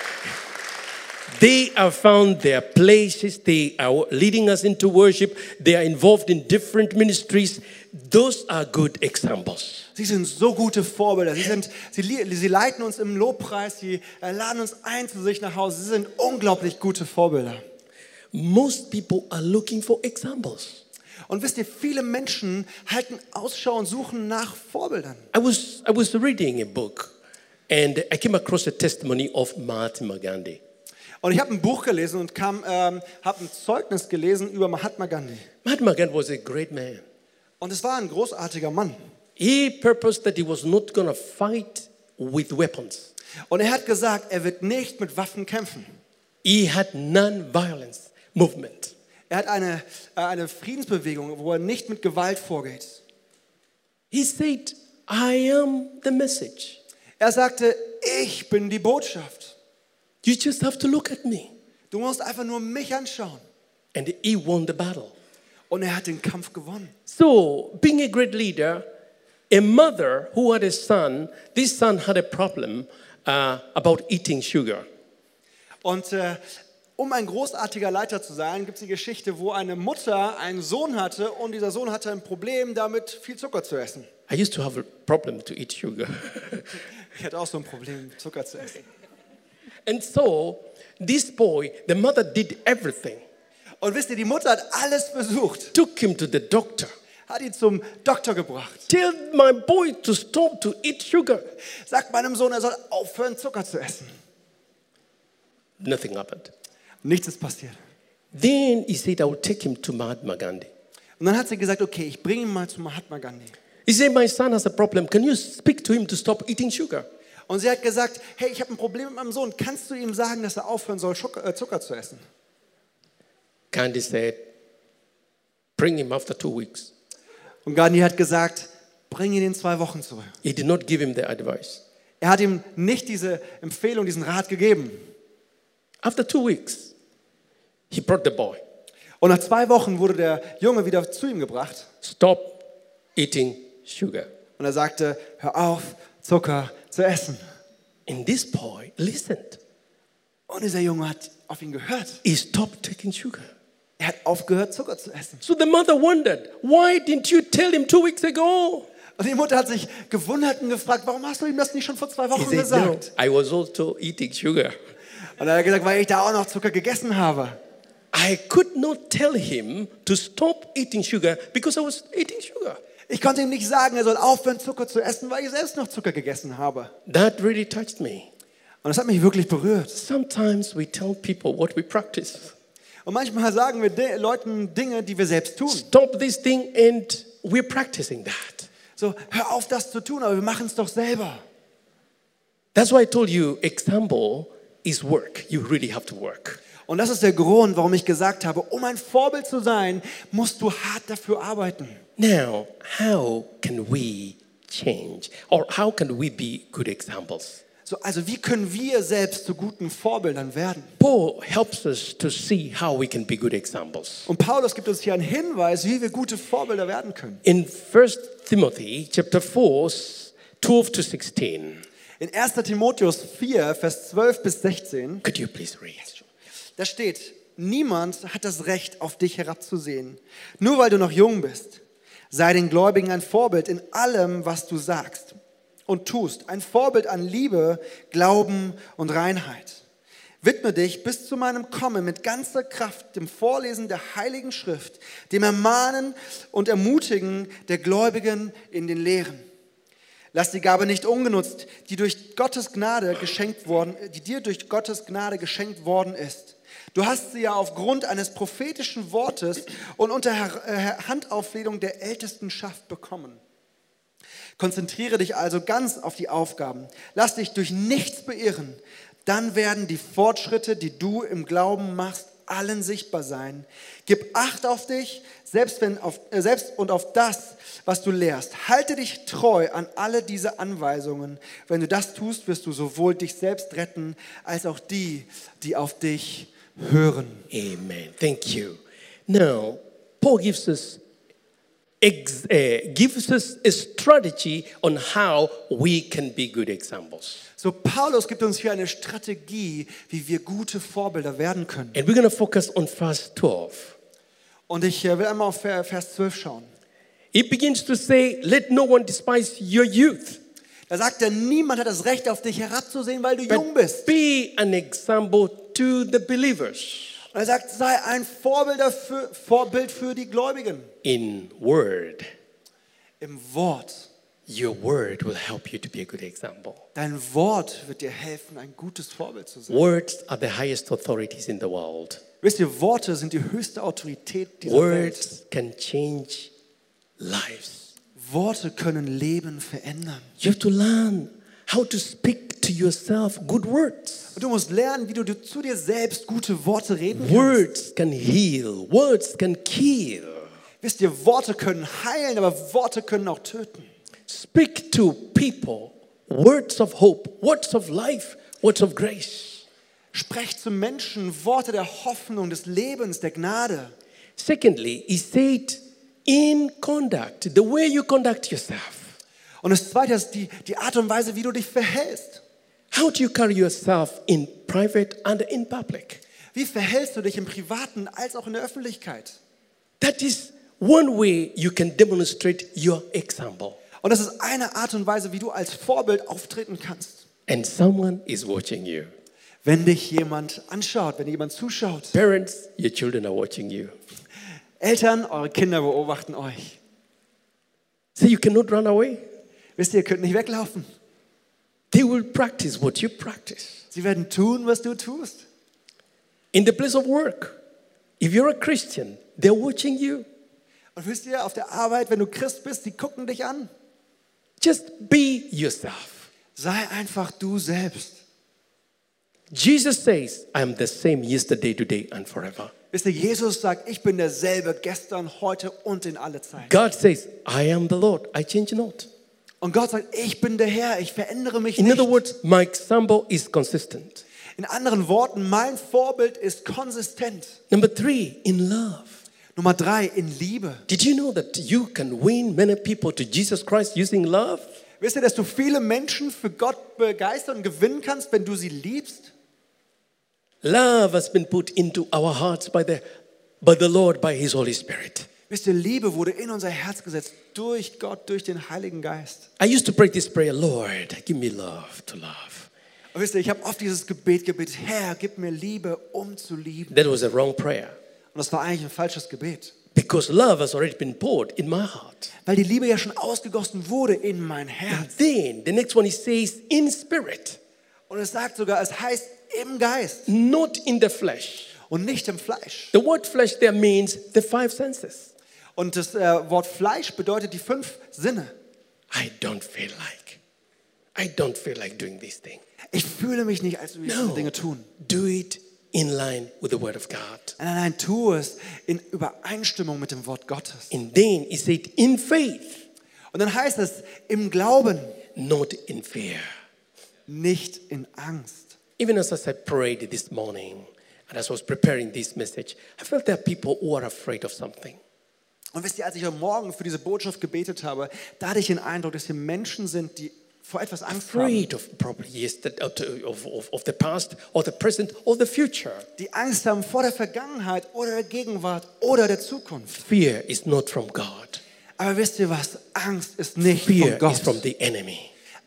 Speaker 2: please. They have found their places. They are leading us into worship. They are involved in different ministries. Those are good examples.
Speaker 3: Sie sind so gute Vorbilder. Sie, sind, sie, li- sie leiten uns im Lobpreis. Sie äh, laden uns ein zu sich nach Hause. Sie sind unglaublich gute Vorbilder.
Speaker 2: Most people are looking for examples.
Speaker 3: Und wisst ihr, viele Menschen halten Ausschau und suchen nach Vorbildern.
Speaker 2: I was, I was reading a book and I came across a testimony of Mahatma Gandhi.
Speaker 3: Und ich habe ein Buch gelesen und kam, ähm, habe ein Zeugnis gelesen über Mahatma Gandhi.
Speaker 2: Mahatma Gandhi was a great man.
Speaker 3: Und es war ein großartiger Mann.
Speaker 2: He purposed that he was not going to fight with weapons.
Speaker 3: Und er hat gesagt, er wird nicht mit Waffen kämpfen.
Speaker 2: He had non-violence movement.
Speaker 3: Er hat eine, äh, eine Friedensbewegung, wo er nicht mit Gewalt vorgeht.
Speaker 2: He said, "I am the message.
Speaker 3: Er sagte, ich bin die Botschaft.
Speaker 2: You just have to look at me."
Speaker 3: Du musst einfach nur mich anschauen.
Speaker 2: And he won the battle.
Speaker 3: Und er hat den Kampf gewonnen.
Speaker 2: So, being a great leader, a mother who had a son, this son had a problem uh, about eating sugar.
Speaker 3: Und äh, um ein großartiger Leiter zu sein, gibt es die Geschichte, wo eine Mutter einen Sohn hatte und dieser Sohn hatte ein Problem damit, viel Zucker zu essen.
Speaker 2: I used to have a problem to eat sugar.
Speaker 3: Ich hatte auch so ein Problem, Zucker zu essen.
Speaker 2: and so, this boy, the mother did everything,
Speaker 3: Und wisst ihr, die Mutter hat alles versucht,
Speaker 2: took him to the doctor.
Speaker 3: hat ihn zum Doktor gebracht,
Speaker 2: Tell my boy to stop to eat sugar.
Speaker 3: sagt meinem Sohn, er soll aufhören, Zucker zu essen.
Speaker 2: Nothing happened.
Speaker 3: Nichts ist passiert.
Speaker 2: Then he said, I will take him to Mahatma Gandhi.
Speaker 3: Und dann hat sie gesagt, okay, ich bringe ihn mal zu Mahatma Gandhi.
Speaker 2: He said, My son has a problem. Can you speak to him to stop eating sugar?
Speaker 3: Und sie hat gesagt, hey, ich habe ein Problem mit meinem Sohn. Kannst du ihm sagen, dass er aufhören soll, Schuck- äh, Zucker zu essen?
Speaker 2: Gandhi said, Bring him after two weeks.
Speaker 3: Und Gandhi hat gesagt, bring ihn in zwei Wochen zurück.
Speaker 2: He did not give him the advice.
Speaker 3: Er hat ihm nicht diese Empfehlung, diesen Rat gegeben.
Speaker 2: After two weeks, he brought the boy.
Speaker 3: Und nach zwei Wochen wurde der Junge wieder zu ihm gebracht.
Speaker 2: Stop eating sugar.
Speaker 3: Und er sagte, hör auf, Zucker zu essen.
Speaker 2: And this boy listened.
Speaker 3: Und dieser Junge hat auf ihn gehört.
Speaker 2: He stopped taking sugar.
Speaker 3: Er hat aufgehört, Zucker zu essen.
Speaker 2: So the mother wondered, Why didn't you tell him two weeks ago?
Speaker 3: Und die Mutter hat sich gewundert und gefragt, warum hast du ihm das nicht schon vor zwei Wochen
Speaker 2: He said, "No,
Speaker 3: gesagt?
Speaker 2: I was also eating sugar.
Speaker 3: Und er hat gesagt, weil ich da auch noch Zucker gegessen habe.
Speaker 2: I could not tell him to stop eating sugar because I was eating sugar.
Speaker 3: Ich konnte ihm nicht sagen, er soll aufhören, Zucker zu essen, weil ich selbst noch Zucker gegessen habe.
Speaker 2: That really touched me.
Speaker 3: Und das hat mich wirklich berührt.
Speaker 2: Sometimes we tell people what we practice.
Speaker 3: Und manchmal sagen wir De Leuten Dinge, die wir selbst tun.
Speaker 2: Stop this thing, and we're practicing that.
Speaker 3: So, hör auf, das zu tun, aber wir machen es doch selber.
Speaker 2: That's why I told you example is work. You really have to work.
Speaker 3: Und das ist der Grund, warum ich gesagt habe, um ein Vorbild zu sein, musst du hart dafür arbeiten.
Speaker 2: Now, how can we change, or how can we be good examples?
Speaker 3: So, also wie können wir selbst zu guten Vorbildern werden?
Speaker 2: Paul helps us to see how we can be good examples.
Speaker 3: Und Paulus gibt uns hier einen Hinweis, wie wir gute Vorbilder werden können.
Speaker 2: In 1 Timothy chapter 4, 12 to 16,
Speaker 3: In 1. Timotheus 4, Vers 12 bis 16
Speaker 2: could you please read?
Speaker 3: Da steht, niemand hat das Recht, auf dich herabzusehen, nur weil du noch jung bist. Sei den Gläubigen ein Vorbild in allem, was du sagst und tust. Ein Vorbild an Liebe, Glauben und Reinheit. Widme dich bis zu meinem Kommen mit ganzer Kraft dem Vorlesen der Heiligen Schrift, dem Ermahnen und Ermutigen der Gläubigen in den Lehren. Lass die Gabe nicht ungenutzt, die durch Gottes Gnade geschenkt worden, die dir durch Gottes Gnade geschenkt worden ist. Du hast sie ja aufgrund eines prophetischen Wortes und unter Her äh, Handauflegung der Ältestenschaft bekommen. Konzentriere dich also ganz auf die Aufgaben. Lass dich durch nichts beirren. Dann werden die Fortschritte, die du im Glauben machst, allen sichtbar sein. Gib Acht auf dich, selbst, wenn auf, äh, selbst und auf das, was du lehrst. Halte dich treu an alle diese Anweisungen. Wenn du das tust, wirst du sowohl dich selbst retten, als auch die, die auf dich hören.
Speaker 2: Amen. Thank you. Now, Paul gives us ex- eh, gives us a strategy on how we can be good examples.
Speaker 3: So, Paulus gibt uns hier eine Strategie, wie wir gute Vorbilder werden können.
Speaker 2: And we're going to focus on verse 12.
Speaker 3: Und ich äh, will einmal auf Ver- Vers 12 schauen.
Speaker 2: He begins to say, "Let no one despise your youth,
Speaker 3: Da sagt er, niemand hat das Recht, auf dich herabzusehen, weil du jung
Speaker 2: but
Speaker 3: bist.
Speaker 2: be an example to the believers
Speaker 3: Und er sagt, sei ein Vorbilder für, Vorbild für die Gläubigen.
Speaker 2: in word.
Speaker 3: Im Wort.
Speaker 2: Your word will help you to be a good example.
Speaker 3: Dein Wort wird dir helfen, ein gutes Vorbild zu sein.
Speaker 2: Words are the highest authorities in the world.
Speaker 3: Wisst ihr, Worte sind die höchste Autorität dieser Welt.
Speaker 2: Words can change lives.
Speaker 3: Worte können Leben verändern.
Speaker 2: You have to learn how to speak to yourself good words.
Speaker 3: Und du musst lernen, wie du dir- zu dir selbst gute Worte reden kannst.
Speaker 2: Words can heal, words can kill.
Speaker 3: Wisst ihr, Worte können heilen, aber Worte können auch töten.
Speaker 2: Speak to people words of hope, words of life, words of grace.
Speaker 3: Sprecht zu Menschen Worte der Hoffnung, des Lebens, der Gnade.
Speaker 2: Secondly, he said, in conduct, the way you conduct yourself.
Speaker 3: Und das Zweite ist die, die Art und Weise, wie du dich verhältst.
Speaker 2: How do you carry yourself in private and in public?
Speaker 3: Wie verhältst du dich im Privaten als auch in der Öffentlichkeit?
Speaker 2: That is one way you can demonstrate your example.
Speaker 3: Und das ist eine Art und Weise, wie du als Vorbild auftreten kannst.
Speaker 2: And someone is watching you.
Speaker 3: Wenn dich jemand anschaut, wenn dir jemand zuschaut.
Speaker 2: Parents, your children are watching you.
Speaker 3: Eltern, eure Kinder beobachten euch.
Speaker 2: So you cannot run away.
Speaker 3: Wisst ihr, ihr könnt nicht weglaufen.
Speaker 2: They will practice what you practice.
Speaker 3: Sie werden tun, was du tust.
Speaker 2: In the place of work, if you're a Christian, they're watching you.
Speaker 3: Und wisst ihr, auf der Arbeit, wenn du Christ bist, die gucken dich an.
Speaker 2: Just be yourself.
Speaker 3: Sei einfach du selbst.
Speaker 2: Jesus says, I am the same yesterday, today, and forever.
Speaker 3: Wisst ihr, Jesus sagt, ich bin derselbe gestern, heute und in alle Zeit.
Speaker 2: God says, I am the Lord, I change not.
Speaker 3: Und Gott sagt, ich bin der Herr, ich verändere mich
Speaker 2: In
Speaker 3: nicht.
Speaker 2: other words, my example is consistent.
Speaker 3: In anderen Worten, mein Vorbild ist konsistent.
Speaker 2: Number three, in love.
Speaker 3: Nummer drei, in Liebe.
Speaker 2: Did you know that you can win many people to Jesus Christ using love?
Speaker 3: Wisst ihr, dass du viele Menschen für Gott begeistern und gewinnen kannst, wenn du sie liebst?
Speaker 2: Love has been put into our hearts by the, by the Lord, by His Holy Spirit.
Speaker 3: Wisst ihr, Liebe wurde in unser Herz gesetzt durch Gott, durch den Heiligen Geist.
Speaker 2: I used to pray this prayer Lord, give me love to love.
Speaker 3: Und wisst ihr, ich habe oft dieses Gebet gebetet, Herr, gib mir Liebe, um zu lieben.
Speaker 2: That was a wrong prayer
Speaker 3: Und das war eigentlich ein falsches Gebet,
Speaker 2: because love has already been poured in my heart.
Speaker 3: weil die Liebe ja schon ausgegossen wurde in mein Herz.
Speaker 2: Then the next one he says, in spirit,
Speaker 3: Und es sagt sogar, es heißt im Geist
Speaker 2: not in the flesh.
Speaker 3: und nicht im Fleisch.
Speaker 2: The word flesh there means the five senses.
Speaker 3: Und das äh, Wort Fleisch bedeutet die fünf Sinne.
Speaker 2: I don't feel like. I don't feel like doing this thing.
Speaker 3: Ich fühle mich nicht, als würde ich diese Dinge tun.
Speaker 2: Do it in line with the word of God.
Speaker 3: Nein, nein, nein, tu es in Übereinstimmung mit dem Wort Gottes.
Speaker 2: And then he said, in faith,
Speaker 3: Und dann heißt es im Glauben,
Speaker 2: not in fear.
Speaker 3: nicht in Angst.
Speaker 2: Even as, as I prayed this morning and as I was preparing this message, I felt there are people who are afraid of something.
Speaker 3: Und wisst ihr, als ich heute Morgen für diese Botschaft gebetet habe, da hatte ich den Eindruck, dass hier Menschen sind, die vor etwas Angst haben.
Speaker 2: Afraid of probably yesterday, of, of, of the past or the present or the future.
Speaker 3: Die Angst haben vor der Vergangenheit oder der Gegenwart oder der Zukunft.
Speaker 2: Fear is not from God,
Speaker 3: Aber wisst ihr was? Angst ist nicht
Speaker 2: fear
Speaker 3: von
Speaker 2: is
Speaker 3: Gott.
Speaker 2: from the enemy.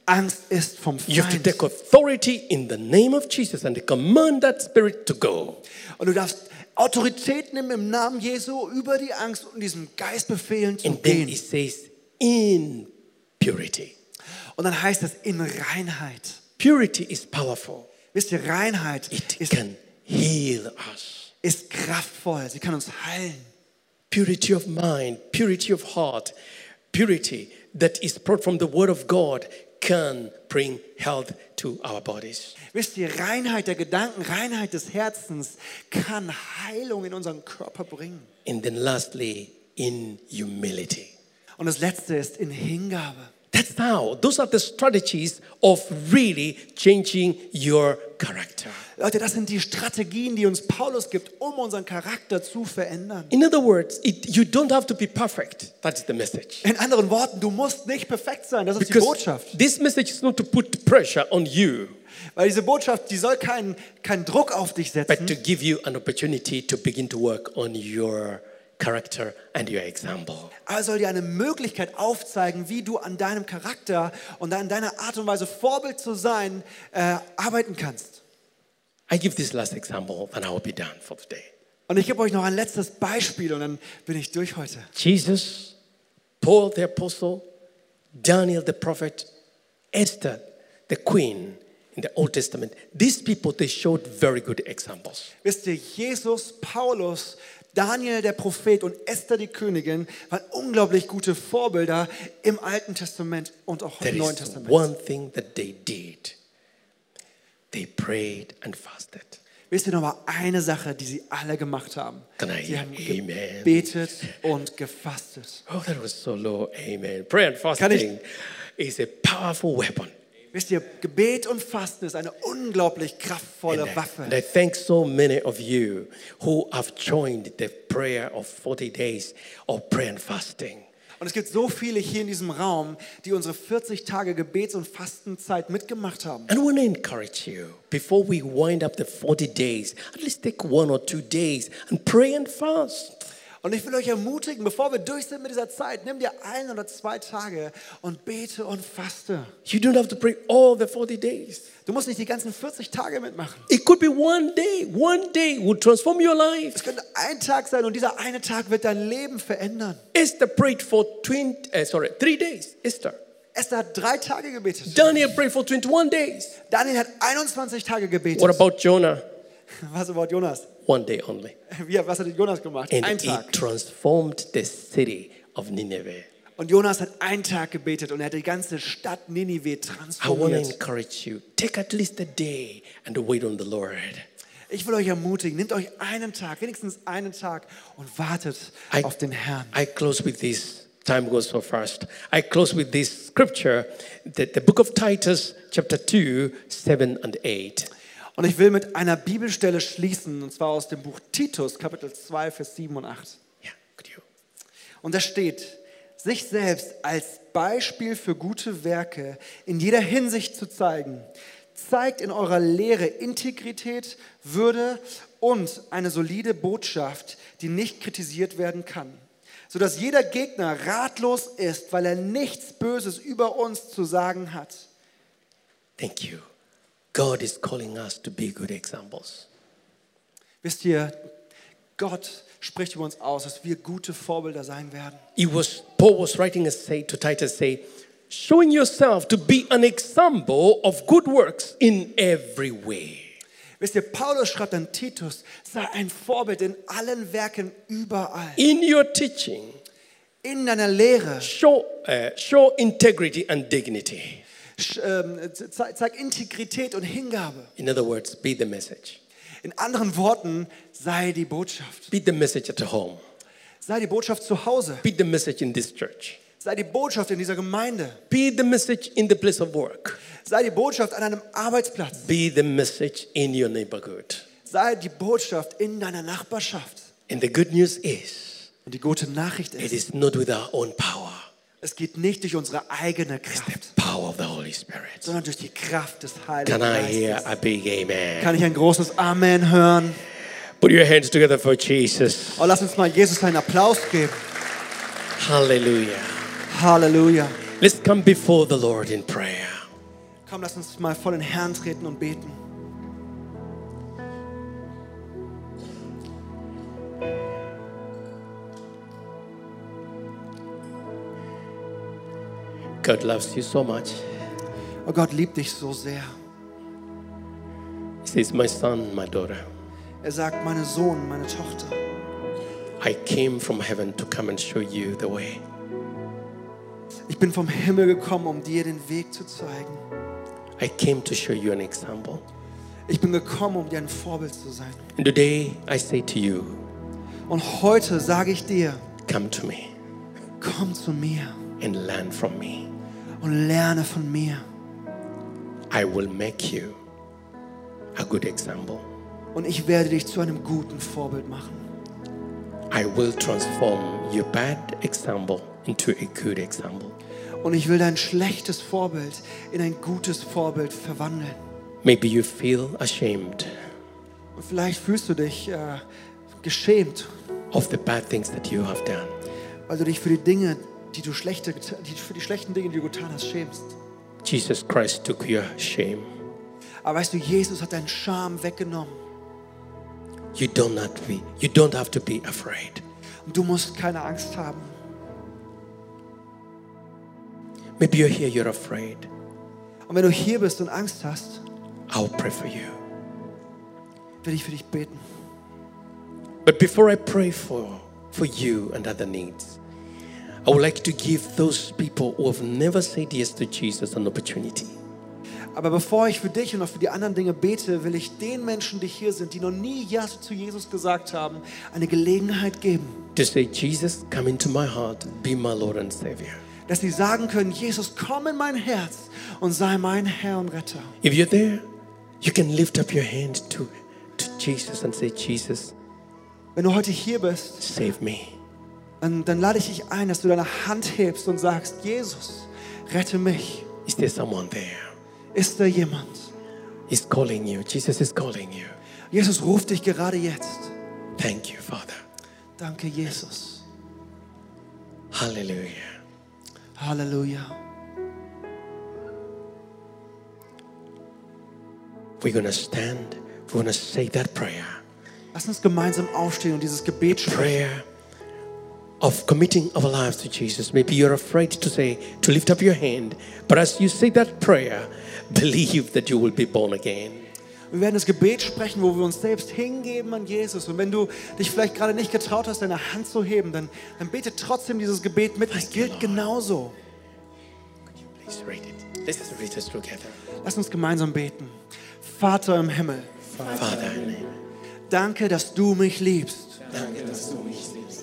Speaker 3: Angst ist vom
Speaker 2: You have to
Speaker 3: Feind.
Speaker 2: take authority in the name of Jesus and command that spirit to go.
Speaker 3: Und du darfst Autorität nehmen im Namen Jesu über die Angst und diesem Geist befehlen zu
Speaker 2: And then he
Speaker 3: gehen.
Speaker 2: says, in purity.
Speaker 3: Und dann heißt es in Reinheit.
Speaker 2: Purity is powerful,
Speaker 3: Wisst ihr, Reinheit
Speaker 2: it
Speaker 3: ist,
Speaker 2: can heal us.
Speaker 3: ist kraftvoll. Sie kann uns heilen.
Speaker 2: purity of mind, purity of heart, purity that is brought from the Word of God can bring health to our bodies.
Speaker 3: Wisst ihr, Reinheit der Gedanken, Reinheit des Herzens kann Heilung in unseren Körper bringen.
Speaker 2: And then lastly, in humility.
Speaker 3: Und das Letzte ist in Hingabe.
Speaker 2: That's how. Those are the strategies of really changing your character.
Speaker 3: Leute, das sind die Strategien, die uns Paulus gibt, um unseren Charakter zu verändern.
Speaker 2: In other words, it, you don't have to be perfect. That's the message.
Speaker 3: In anderen Worten, du musst nicht perfekt sein. Das ist die Botschaft.
Speaker 2: this message is not to put pressure on you,
Speaker 3: Weil diese Botschaft, die soll keinen, keinen Druck auf dich
Speaker 2: but
Speaker 3: setzen,
Speaker 2: to give you an opportunity to begin to work on your character and your example.
Speaker 3: aber soll dir eine Möglichkeit aufzeigen, wie du an deinem Charakter und an deiner Art und Weise Vorbild zu sein, äh, arbeiten kannst.
Speaker 2: I give this last example, and I will be done for today.
Speaker 3: Und ich gebe euch noch ein letztes Beispiel und dann bin ich durch heute.
Speaker 2: Jesus, Paul the apostle, Daniel the prophet, Esther the queen in the Old Testament. These people they showed very good examples.
Speaker 3: Wisst ihr, Jesus, Paulus, Daniel der Prophet und Esther die Königin waren unglaublich gute Vorbilder im Alten Testament und auch
Speaker 2: There
Speaker 3: im Neuen
Speaker 2: is
Speaker 3: Testament.
Speaker 2: one thing that they did. They prayed and fasted.
Speaker 3: Wisst ihr nochmal eine Sache, die sie alle gemacht haben?
Speaker 2: Can I
Speaker 3: Sie
Speaker 2: hear
Speaker 3: haben
Speaker 2: Amen?
Speaker 3: gebetet und gefastet.
Speaker 2: Oh, that was so low. Amen. Prayer and
Speaker 3: Kann ich-
Speaker 2: fasting is a powerful weapon.
Speaker 3: Wisst ihr, Gebet und Fasten ist eine unglaublich kraftvolle
Speaker 2: And I,
Speaker 3: Waffe.
Speaker 2: and I thank so many of you who have joined the prayer of 40 days of prayer and fasting.
Speaker 3: Und es gibt so viele hier in diesem Raum, die unsere 40 Tage Gebets- und Fastenzeit mitgemacht haben.
Speaker 2: And I want to encourage you, before we wind up the 40 days, at least take one or two days and pray and fast.
Speaker 3: Und ich will euch ermutigen, bevor wir durch sind mit dieser Zeit, nimm dir ein oder zwei Tage und bete und faste.
Speaker 2: You don't have to pray all the 40 days.
Speaker 3: Du musst nicht die ganzen 40 Tage mitmachen.
Speaker 2: It could be one day. One day will transform your
Speaker 3: Es
Speaker 2: life.
Speaker 3: könnte ein Tag sein und dieser eine Tag wird dein Leben verändern.
Speaker 2: Esther prayed for 20, uh, sorry, three days. Esther.
Speaker 3: Esther hat drei Tage gebetet.
Speaker 2: Daniel prayed for 21 days.
Speaker 3: Daniel hat 21 Tage gebetet.
Speaker 2: What about Jonah?
Speaker 3: was about Jonas?
Speaker 2: One day only.
Speaker 3: Wie, was hat denn Jonas gemacht?
Speaker 2: And
Speaker 3: Ein
Speaker 2: it
Speaker 3: Tag.
Speaker 2: transformed the city of Nineveh.
Speaker 3: Und Jonas hat einen Tag gebetet und er hat die ganze Stadt
Speaker 2: I
Speaker 3: Ninive
Speaker 2: want to
Speaker 3: transformiert.
Speaker 2: encourage you. Take at least a day and wait on the Lord.
Speaker 3: Ich will euch ermutigen, nehmt euch einen Tag, wenigstens einen Tag und wartet
Speaker 2: I-
Speaker 3: auf den Herrn.
Speaker 2: I close with this. Time goes so fast. I close with this scripture, that the book of Titus, chapter 2, 7 and 8.
Speaker 3: Und ich will mit einer Bibelstelle schließen, und zwar aus dem Buch Titus, Kapitel 2, Vers 7 und 8.
Speaker 2: Yeah, could you?
Speaker 3: Und da steht, sich selbst als Beispiel für gute Werke in jeder Hinsicht zu zeigen, zeigt in eurer Lehre Integrität, Würde und eine solide Botschaft, die nicht kritisiert werden kann, sodass jeder Gegner ratlos ist, weil er nichts Böses über uns zu sagen hat.
Speaker 2: Thank you. God is calling us to be good examples.
Speaker 3: Wisst ihr, Gott spricht über uns aus, dass wir gute Vorbilder sein werden.
Speaker 2: It was Paul was writing a say to Titus say, showing yourself to be an example of good works in every way.
Speaker 3: Wisst ihr, Paulus schreibt an Titus, sei ein Vorbild in allen Werken überall.
Speaker 2: In your teaching,
Speaker 3: In deiner Lehre
Speaker 2: show, uh, show integrity and dignity.
Speaker 3: sch- ähm, ze- zeig Integrität und Hingabe.
Speaker 2: In other words, be the message.
Speaker 3: In anderen Worten, sei die Botschaft.
Speaker 2: Be the message at home.
Speaker 3: Sei die Botschaft zu Hause.
Speaker 2: Be the message in this church.
Speaker 3: Sei die Botschaft in dieser Gemeinde.
Speaker 2: Be the message in the place of work.
Speaker 3: Sei die Botschaft an einem Arbeitsplatz.
Speaker 2: Be the message in your neighborhood.
Speaker 3: Sei die Botschaft in deiner Nachbarschaft.
Speaker 2: And the good news is,
Speaker 3: Und die gute Nachricht
Speaker 2: it
Speaker 3: ist,
Speaker 2: is not with our own power,
Speaker 3: es geht nicht durch unsere eigene
Speaker 2: the
Speaker 3: Kraft,
Speaker 2: power of the Holy Spirit.
Speaker 3: sondern durch die Kraft des
Speaker 2: Can
Speaker 3: Heiligen
Speaker 2: I hear
Speaker 3: Geistes.
Speaker 2: a big amen?
Speaker 3: Kann ich ein großes Amen hören?
Speaker 2: Put your hands together for Jesus.
Speaker 3: Oh, lass uns mal Jesus einen Applaus geben.
Speaker 2: Hallelujah.
Speaker 3: Halleluja.
Speaker 2: Let's come before the Lord in prayer.
Speaker 3: Komm, lass uns mal vor den Herrn treten und beten.
Speaker 2: God loves you so much.
Speaker 3: Oh, Gott liebt dich so sehr.
Speaker 2: He says, My son, my daughter,
Speaker 3: Er sagt, meine Sohn, meine Tochter,
Speaker 2: I came from heaven to come and show you the way.
Speaker 3: Ich bin vom Himmel gekommen, um dir den Weg zu zeigen.
Speaker 2: I came to show you an example.
Speaker 3: Ich bin gekommen, um dir ein Vorbild zu sein.
Speaker 2: And today I say to you,
Speaker 3: Und heute sage ich dir,
Speaker 2: come to me
Speaker 3: komm zu mir
Speaker 2: and learn from me.
Speaker 3: und lerne von mir.
Speaker 2: I will make you a good example.
Speaker 3: Und ich werde dich zu einem guten Vorbild machen.
Speaker 2: I will transform your bad example into a good example.
Speaker 3: Und ich will dein schlechtes Vorbild in ein gutes Vorbild verwandeln.
Speaker 2: Maybe you feel ashamed
Speaker 3: Und vielleicht fühlst du dich äh, geschämt,
Speaker 2: of the bad things that you have done.
Speaker 3: weil du dich für die Dinge, die du schlechte, geta- die, für die schlechten Dinge, die du getan hast, schämst.
Speaker 2: Jesus Christ took your shame.
Speaker 3: Aber weißt du, Jesus hat deinen Scham weggenommen.
Speaker 2: You don't have to be, you don't have to be afraid.
Speaker 3: Und du musst keine Angst haben.
Speaker 2: Maybe you're here, you're afraid.
Speaker 3: Und wenn du hier bist und Angst hast,
Speaker 2: I'll pray for you.
Speaker 3: will ich für dich beten.
Speaker 2: But before I pray for, for you and other needs, I would like to give those people who have never said yes to Jesus an opportunity.
Speaker 3: Aber bevor ich für dich und auch für die anderen Dinge bete, will ich den Menschen, die hier sind, die noch nie Ja zu Jesus gesagt haben, eine Gelegenheit geben,
Speaker 2: To say, Jesus, come into my heart, be my Lord and Savior.
Speaker 3: dass sie sagen können, Jesus, komm in mein Herz und sei mein Herr und Retter.
Speaker 2: If you're there, you can lift up your hand to, to Jesus and say, Jesus,
Speaker 3: Wenn du heute hier bist,
Speaker 2: save me.
Speaker 3: dann, dann lade ich dich ein, dass du deine Hand hebst und sagst, Jesus, rette mich.
Speaker 2: Is there someone there?
Speaker 3: Ist da jemand?
Speaker 2: He's calling you. Jesus is calling you.
Speaker 3: Jesus ruft dich gerade jetzt.
Speaker 2: Thank you, Father.
Speaker 3: Danke, Jesus.
Speaker 2: Hallelujah.
Speaker 3: Halleluja.
Speaker 2: We're going to stand. We're going to say that prayer.
Speaker 3: Lass uns gemeinsam aufstehen und dieses Gebet sprechen.
Speaker 2: Prayer of committing our lives to Jesus. Maybe you're afraid to say, to lift up your hand. But as you say that prayer, believe that you will be born again.
Speaker 3: Wir werden das Gebet sprechen, wo wir uns selbst hingeben an Jesus. Und wenn du dich vielleicht gerade nicht getraut hast, deine Hand zu heben, dann, dann bete trotzdem dieses Gebet mit. Es gilt genauso.
Speaker 2: Could you please read it? Let's read this together.
Speaker 3: Lass uns gemeinsam beten. Vater im Himmel,
Speaker 2: Father, in the name.
Speaker 3: danke, dass du mich liebst.
Speaker 2: Danke, dass du mich liebst.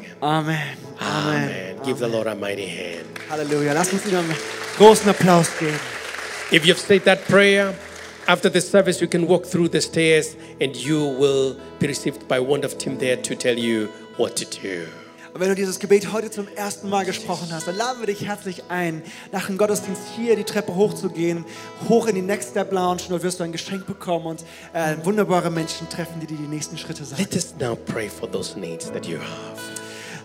Speaker 3: Amen.
Speaker 2: Amen. Give the Lord a mighty hand.
Speaker 3: Halleluja. Lass uns ihm einen großen Applaus geben.
Speaker 2: If you've said that prayer, after the service, you can walk through the stairs and you will be received by one of team there to tell you what to do.
Speaker 3: Und wenn du dieses Gebet heute zum ersten Mal gesprochen hast, dann laden wir dich herzlich ein, nach dem Gottesdienst hier die Treppe hochzugehen, hoch in die Next Step Lounge. Dort wirst du ein Geschenk bekommen und äh, wunderbare Menschen treffen, die dir die nächsten Schritte sagen.
Speaker 2: Let us now pray for those needs that you have.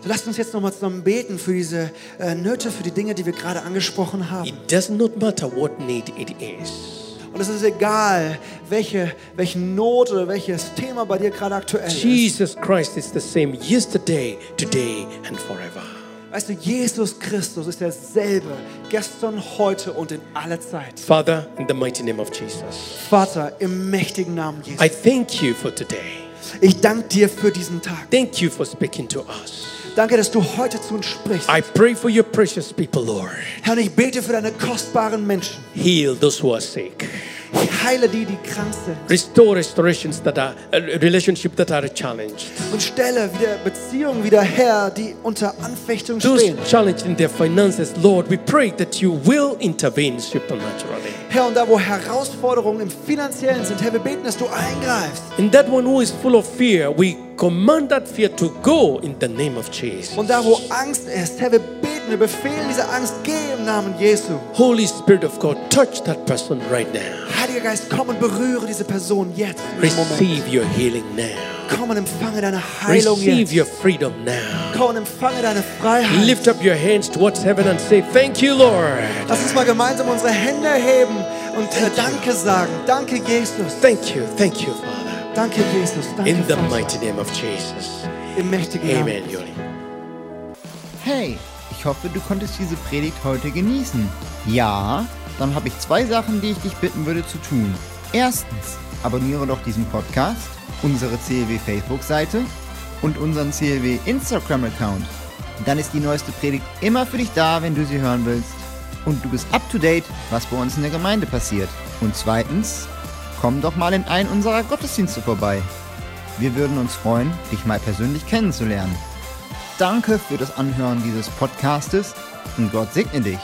Speaker 3: So lasst uns jetzt nochmal zusammen beten für diese äh, Nöte, für die Dinge, die wir gerade angesprochen haben.
Speaker 2: It does not matter what need it is.
Speaker 3: Und es ist egal, welche, welche Not oder welches Thema bei dir gerade aktuell ist.
Speaker 2: Jesus Christ is the same yesterday, today, and forever.
Speaker 3: Weißt du, Jesus Christus ist derselbe, gestern, heute und in alle Zeit.
Speaker 2: Father, in the mighty name of Jesus,
Speaker 3: Vater, im mächtigen Namen Jesu,
Speaker 2: I thank you for today.
Speaker 3: ich danke dir für diesen Tag.
Speaker 2: Thank you for speaking to us.
Speaker 3: Danke, dass du heute zu uns sprichst.
Speaker 2: I pray for your precious people, Lord.
Speaker 3: Herr, und ich bete für deine kostbaren Menschen.
Speaker 2: Heal those who are sick.
Speaker 3: Ich heile die, die krank sind.
Speaker 2: Restore restorations that are uh, relationships that are challenged.
Speaker 3: Und stelle wieder Beziehungen wieder her, die unter Anfechtung
Speaker 2: Those
Speaker 3: stehen.
Speaker 2: challenged in their finances, Lord, we pray that you will intervene supernaturally.
Speaker 3: Herr, und da, wo Herausforderungen im Finanziellen sind, Herr, wir beten, dass du eingreifst.
Speaker 2: And that one who is full of fear, we command that fear to go in the name of Jesus.
Speaker 3: Und da, wo Angst ist, Herr, wir beten, wir befehlen diese Angst, geh im Namen Jesu.
Speaker 2: Holy Spirit of God, touch that person right now.
Speaker 3: Heiliger Geist, komm und berühre diese Person jetzt. in diesem Moment.
Speaker 2: Receive your healing now.
Speaker 3: Komm und empfange deine Heilung
Speaker 2: Receive
Speaker 3: jetzt.
Speaker 2: your freedom now.
Speaker 3: Komm und empfange deine Freiheit.
Speaker 2: Lift up your hands towards heaven and say, Thank you, Lord.
Speaker 3: Lass uns mal gemeinsam unsere Hände heben und äh, Danke sagen. Danke, Jesus.
Speaker 2: Thank you, thank you, Father.
Speaker 3: Danke, Jesus. Danke,
Speaker 2: In the
Speaker 3: Vater.
Speaker 2: mighty name of Jesus.
Speaker 3: Im mächtigen Namen.
Speaker 2: Amen, Yoli.
Speaker 1: Hey, ich hoffe, du konntest diese Predigt heute genießen. Ja, dann habe ich zwei Sachen, die ich dich bitten würde zu tun. Erstens, abonniere doch diesen Podcast, unsere CLW Facebook-Seite und unseren CLW Instagram-Account. Dann ist die neueste Predigt immer für dich da, wenn du sie hören willst. Und du bist up to date, was bei uns in der Gemeinde passiert. Und zweitens, komm doch mal in einen unserer Gottesdienste vorbei. Wir würden uns freuen, dich mal persönlich kennenzulernen. Danke für das Anhören dieses Podcastes und Gott segne dich.